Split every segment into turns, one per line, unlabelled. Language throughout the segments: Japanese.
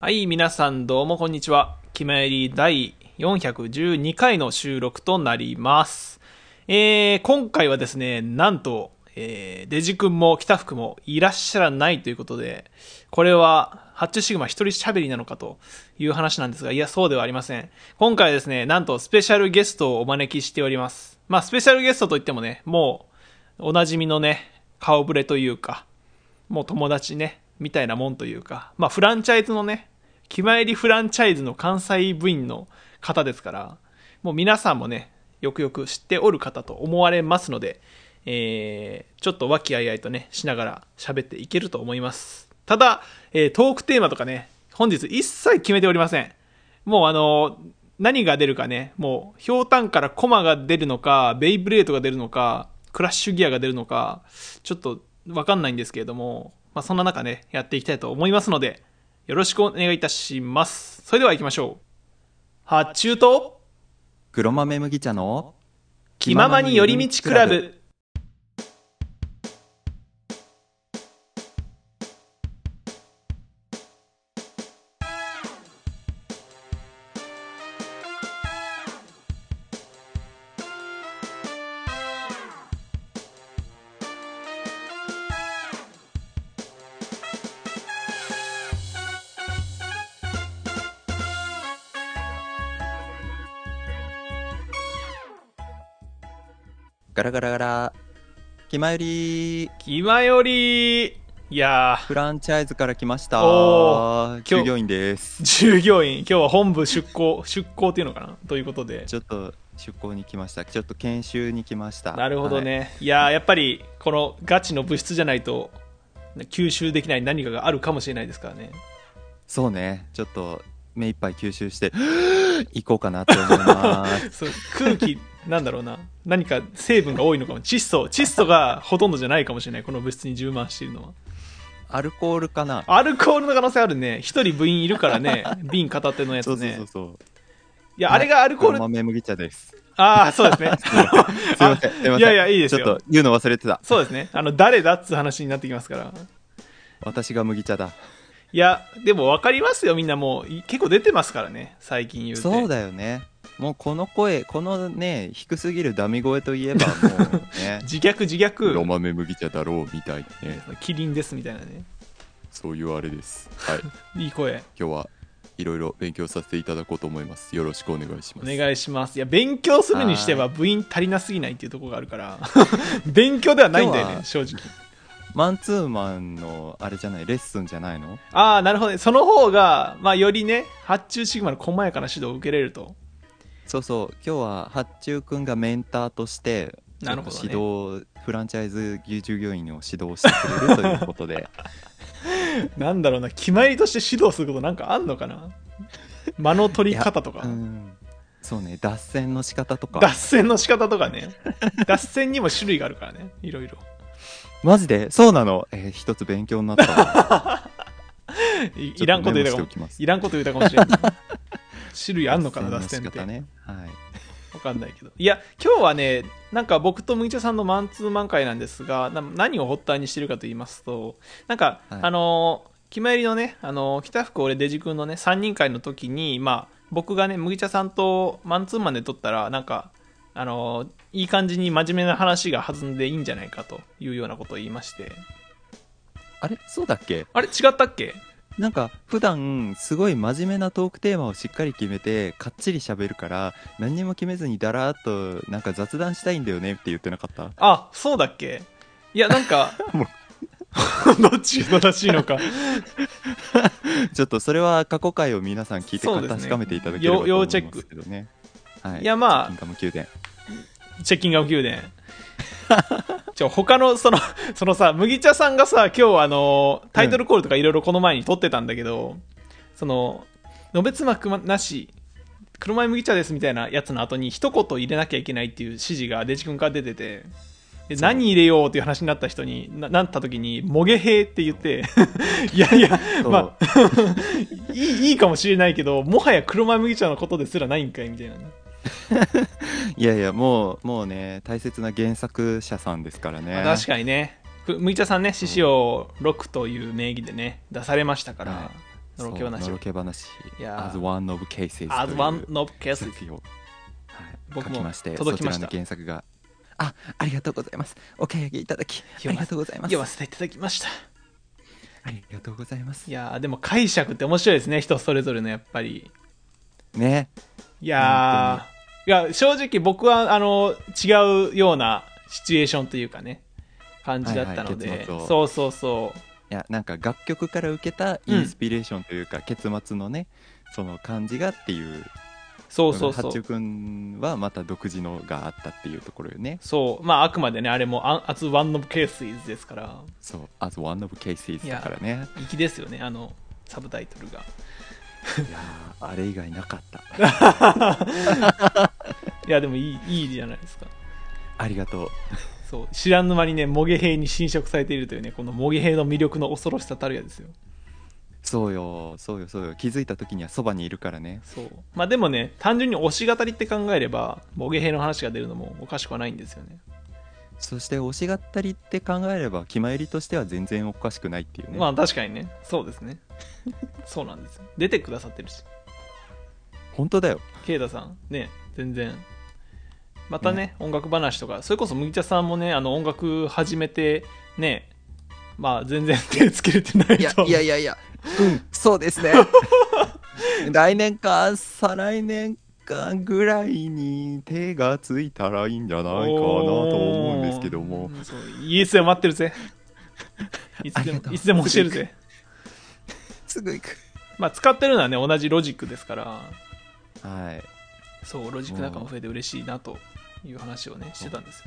はい、皆さんどうもこんにちは。キマエリ第412回の収録となります。えー、今回はですね、なんと、えー、デジ君も北福もいらっしゃらないということで、これは、ハッチュシグマ一人喋りなのかという話なんですが、いや、そうではありません。今回はですね、なんとスペシャルゲストをお招きしております。まあ、スペシャルゲストといってもね、もう、おなじみのね、顔ぶれというか、もう友達ね、みたいなもんというか、まあフランチャイズのね、気前りフランチャイズの関西部員の方ですから、もう皆さんもね、よくよく知っておる方と思われますので、えー、ちょっと和気あいあいとね、しながら喋っていけると思います。ただ、えートークテーマとかね、本日一切決めておりません。もうあのー何が出るかね、もう、ひょうたんからコマが出るのか、ベイブレードが出るのか、クラッシュギアが出るのか、ちょっとわかんないんですけれども、まあ、そんな中ね、やっていきたいと思いますので、よろしくお願いいたします。それでは行きましょう。発注と
黒豆麦茶の
気ままに寄り道クラブ。
ガラガラガラ気まより
気まより。いや
フランチャイズから来ました
おー
従業員です
ー、従業員、今日は本部出向、出向っていうのかなということで。
ちょっと出向に来ましたちょっと研修に来ました
なるほどね。い、やー、やっぱり、このガチの物質じゃないと、吸収できない何かがあるかもしれないですからね。
はいそうねちょっと目いっぱい吸収して 行こうかなと思い ます
そう空気なんだろうな何か成分が多いのかも窒素窒素がほとんどじゃないかもしれないこの物質に充満しているのは
アルコールかな
アルコールの可能性あるね一人部員いるから ね瓶片手のやつ
そ
ね
うそうそうそう
いやあれがアルコール
黒豆麦茶です
ああそうですね
すいませんすいません
いやいやいいですよ
ちょっと言うの忘れてた
そうですねあの誰だっつう話になってきますから
私が麦茶だ
いやでも分かりますよみんなもうい結構出てますからね最近言うて
そうだよねもうこの声このね低すぎるダミ声といえばもう ね
自虐自虐
豆麦茶だろうみたいなね
キリンですみたいなね
そういうあれです はい今
いい声
日はいろいろ勉強させていただこうと思いますよろしくお願いし
お願いしますいや勉強するにしては部員足りなすぎないっていうところがあるから 勉強ではないんだよ
今日
ね
は
正直
マンツーマンのあれじゃないレッスンじゃないの
ああなるほどねその方が、まあ、よりね発注シグマの細やかな指導を受けれると
そうそう今日は八中くんがメンターとして
なるほどね
指導フランチャイズ従業員を指導してくれるということ で
なんだろうな決まりとして指導することなんかあんのかな間の取り方とか、
うんそうね脱線の仕方とか
脱線の仕方とかね脱線にも種類があるからねいろいろ
マジでそうなの、えー一つ勉強になったわ
いいらんこと言うたか
ちょ
も
っとメモしておきます
いらんこと 言うたかもしれない種類あんのかな脱線っ
の仕
て
方ね、はい、
わかんないけど。いや、今日はね、なんか僕と麦茶さんのマンツーマン会なんですが、な何を発端にしてるかと言いますと、なんか、
はい
あのー、決まりのね、あのー、北福、俺、デジ君のね、3人会の時に、まあ、僕がね、麦茶さんとマンツーマンで撮ったら、なんか、あのー、いい感じに真面目な話が弾んでいいんじゃないかというようなことを言いまして、
あれそうだっけ
あれ、違ったっけ
なんか普段すごい真面目なトークテーマをしっかり決めてかっちり喋るから何にも決めずにだらーっとなんか雑談したいんだよねって言ってなかった
あ、そうだっけいや、なんか、
も
どっちが正しいのか。
ちょっとそれは過去回を皆さん聞いて
そうですね
確かめていただければと思いますけどねはい
いやまあ
金貨も宮殿
チェッキンガム宮殿。ちょ、他の、 その、そのさ、麦茶さんがさ、今日あの、タイトルコールとかいろいろこの前に撮ってたんだけど、その、のべつ幕なし、黒米麦茶ですみたいなやつの後に一言入れなきゃいけないっていう指示がデジ君から出てて、で
そう
何入れようっていう話になった人に、ななった時に、もげへーって言って、 いやいや、
そう
まあ、いい、いいかもしれないけど、もはや黒米麦茶のことですらないんかいみたいなね。
いやいやもうもうね大切な原作者さんですからね
確かにねく麦茶さんね獅子王6という名義でね出されましたから、
は
のろけ
そう
話
の
を
ろけ話
いやー
As one of cases
As
とい
one
う
of cases
作品を、はい、
僕も
書きまして
届きました
そちらの原作があありがとうございますお買い上げいただきあ
読
り
ま
が
せ
とうございます
読ませていただきました
ありがとうございます
いやーでも解釈って面白いですね人それぞれのやっぱり
ね
いやーいや正直僕はあの違うようなシチュエーションというかね感じだったので、
はいはい結末を
そうそうそう
いやなんか楽曲から受けたインスピレーションというか、結末のねその感じがっていう
そうそうそ
の八
う
中君はまた独自のがあったっていうところよね
そうまああくまでねあれも「アツワンのケースイズ」ですから
そう「As One of Cases」だからね
粋ですよねあのサブタイトルが
いやーあれ以外なかった
いやでもいいいいじゃないですか
ありがとう
そう知らぬ間にねモゲ兵に侵食されているというねこのモゲ兵の魅力の恐ろしさたるやですよ
そうよそうよそうよ気づいた時にはそばにいるからね
そうまあでもね単純に推し語りって考えればモゲ兵の話が出るのもおかしくはないんですよね
そして推しがったりって考えれば気まよりとしては全然おかしくないっていうね、
まあ確かにねそうですねそうなんですよ出てくださってるし
本当だ よ
啓太さんね全然またね音楽話とかそれこそ麦茶さんもねあの音楽始めてねまあ全然手つけれてないと
いやいやうんそうです ね来年か再来年かぐらいに手がついたらいいんじゃないかなと思うんですけども
おーそうイエスで待ってる ぜいつで
あり
も
がとう
いつでも教えるぜ
すぐ行く
まあ使ってるのはね同じロジックですから
はい
そうロジック仲間増えて嬉しいなという話をねしてたんですよ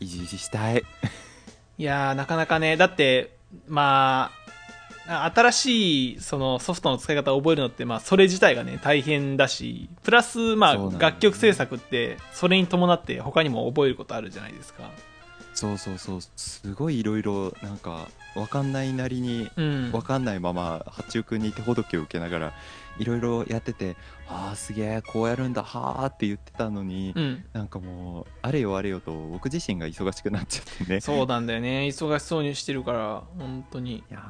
いじりしたい
いやーなかなかねだってまああ新しいそのソフトの使い方を覚えるのって、まあ、それ自体がね大変だしプラス、まあ
そうなんだよね
楽曲制作ってそれに伴って他にも覚えることあるじゃないですか
そうそうそうすごいいろいろなんかわかんないなりに
うん
わかんないまま八中君に手ほどきを受けながらいろいろやってて「あーすげえこうやるんだはーって言ってたのに、
うん
なんかもうあれよあれよと僕自身が忙しくなっちゃって ね
そうなんだよね忙しそうにしてるから本当に
いや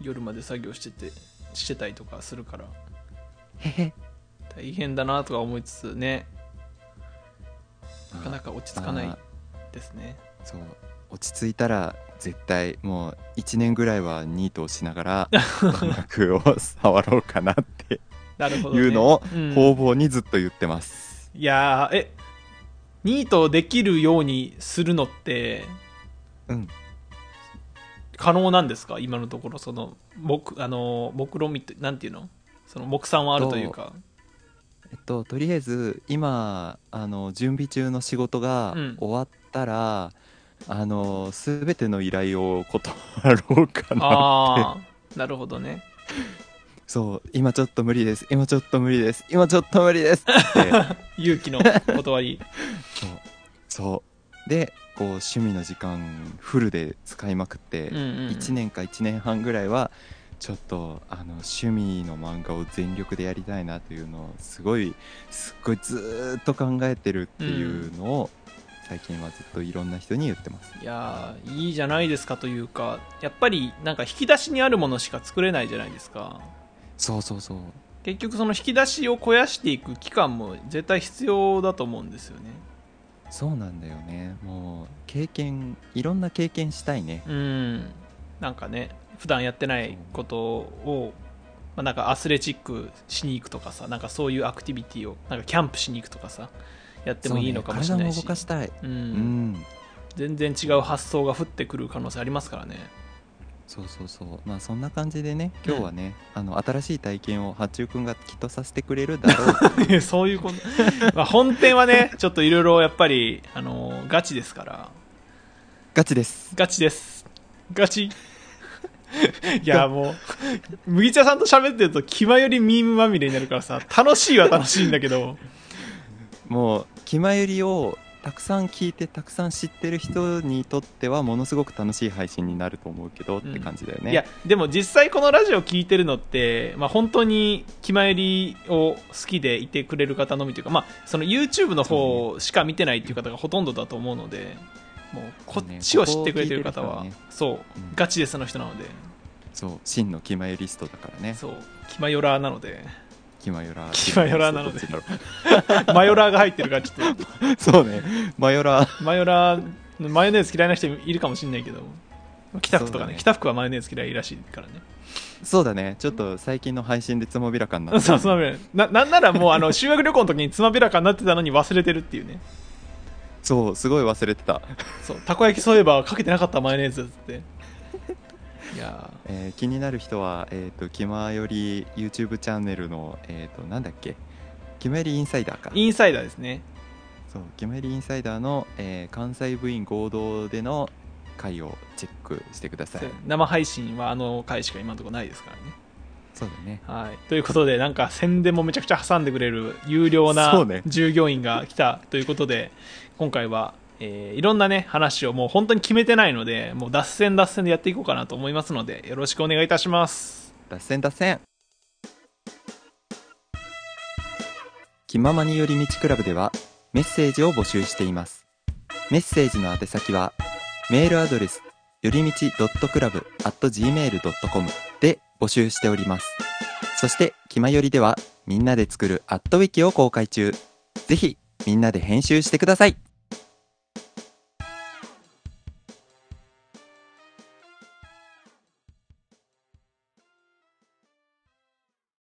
夜まで作業しててしてたりとかするから
ーへへ
大変だなとか思いつつね
な
なかなか落ち着かないですね
そう落ち着いたら絶対もう1年ぐらいはニートをしなが ら音楽を触ろうかなって
なるほど、ね、
いうのを
うん
方々にずっと言ってます、
いやーえニートできるようにするのって
うん
可能なんですか今のところその目あのー目論みってなんていうのその目算はあるというか
えっと、とりあえず今あの準備中の仕事が
うん
終わったら、あの全ての依頼を断ろうかな
ああなるほどね
そう今ちょっと無理です今ちょっと無理です今ちょっと無理ですって
勇気の断 り
そうそうでこう趣味の時間フルで使いまくって、
うんうんうん
1年か1年半ぐらいはちょっとあの趣味の漫画を全力でやりたいなというのをすごいすっごいずーっと考えてるっていうのを、最近はずっといろんな人に言ってます
いやーいいじゃないですかというかやっぱりなんか引き出しにあるものしか作れないじゃないですか
そうそうそう
結局その引き出しを肥やしていく期間も絶対必要だと思うんですよね
そうなんだよねもう経験いろんな経験したいね
うんなんかね普段やってないことを、まあ、なんかアスレチックしに行くとかさなんかそういうアクティビティをなんかキャンプしに行くとかさやってもいいのかもしれない
そうね体も動
し
かしたい
うん
うん
全然違う発想が降ってくる可能性ありますからね
そうそうそうまあそんな感じでね今日はね、あの新しい体験を八中くんがきっとさせてくれるだろ う
そういうこと、まあ、本店はねちょっといろいろやっぱり、あのガチですから
ガチです
ガチですガ チいやもう麦茶さんと喋ってると気まよりミームまみれになるからさ楽しいは楽しいんだけど
もう気まゆりをたくさん聞いてたくさん知ってる人にとってはものすごく楽しい配信になると思うけど、って感じだよね
いやでも実際このラジオ聞いてるのって、まあ、本当に気前りを好きでいてくれる方のみというか、まあ、その YouTube の方しか見てないっていう方がほとんどだと思うのでもうこっちを知ってくれてる方は
そうね
そう
うん
ガチですの人なので
そう真の気まよリストだからね
そうキマヨラーなので
気まよら
気まよらなので
どっちだろ
マヨラーが入ってるからちょっ
うそうねマヨラ
とマヨラーマヨネーズ嫌いな人いるかもしれないけど北福とか
そうだ
ね
ね
北福はマヨネーズ嫌いらしいからね
そうだねちょっと最近の配信でつまびらかになって
そうつまびらななんならもうあ の修学旅行の時につまびらかになってたのに忘れてるっていうね
そうすごい忘れてた、
そうたこ焼きそういえばかけてなかったマヨネーズだっつっていや
えー気になる人は、えー、と気まより YouTube チャンネルの、えー、となんだっけ気まよりインサイダーか
ーインサイダーですね
そう気まよりインサイダーの、えー関西部員合同での回をチェックしてください
そう生配信はあの回しか今のところないですからね
そうだね
はい、ということでなんか宣伝もめちゃくちゃ挟んでくれる有料
そ
な
うね
従業員が来たということで、今回は、えーいろんなね話をもう本当に決めてないのでもう脱線脱線でやっていこうかなと思いますのでよろしくお願いいたします
脱線脱線気ままに寄り道クラブではメッセージを募集していますメッセージの宛先はメールアドレスよりみち .club.gmail.com で募集しておりますそして気まよりではみんなで作るアットウィキを公開中ぜひみんなで編集してください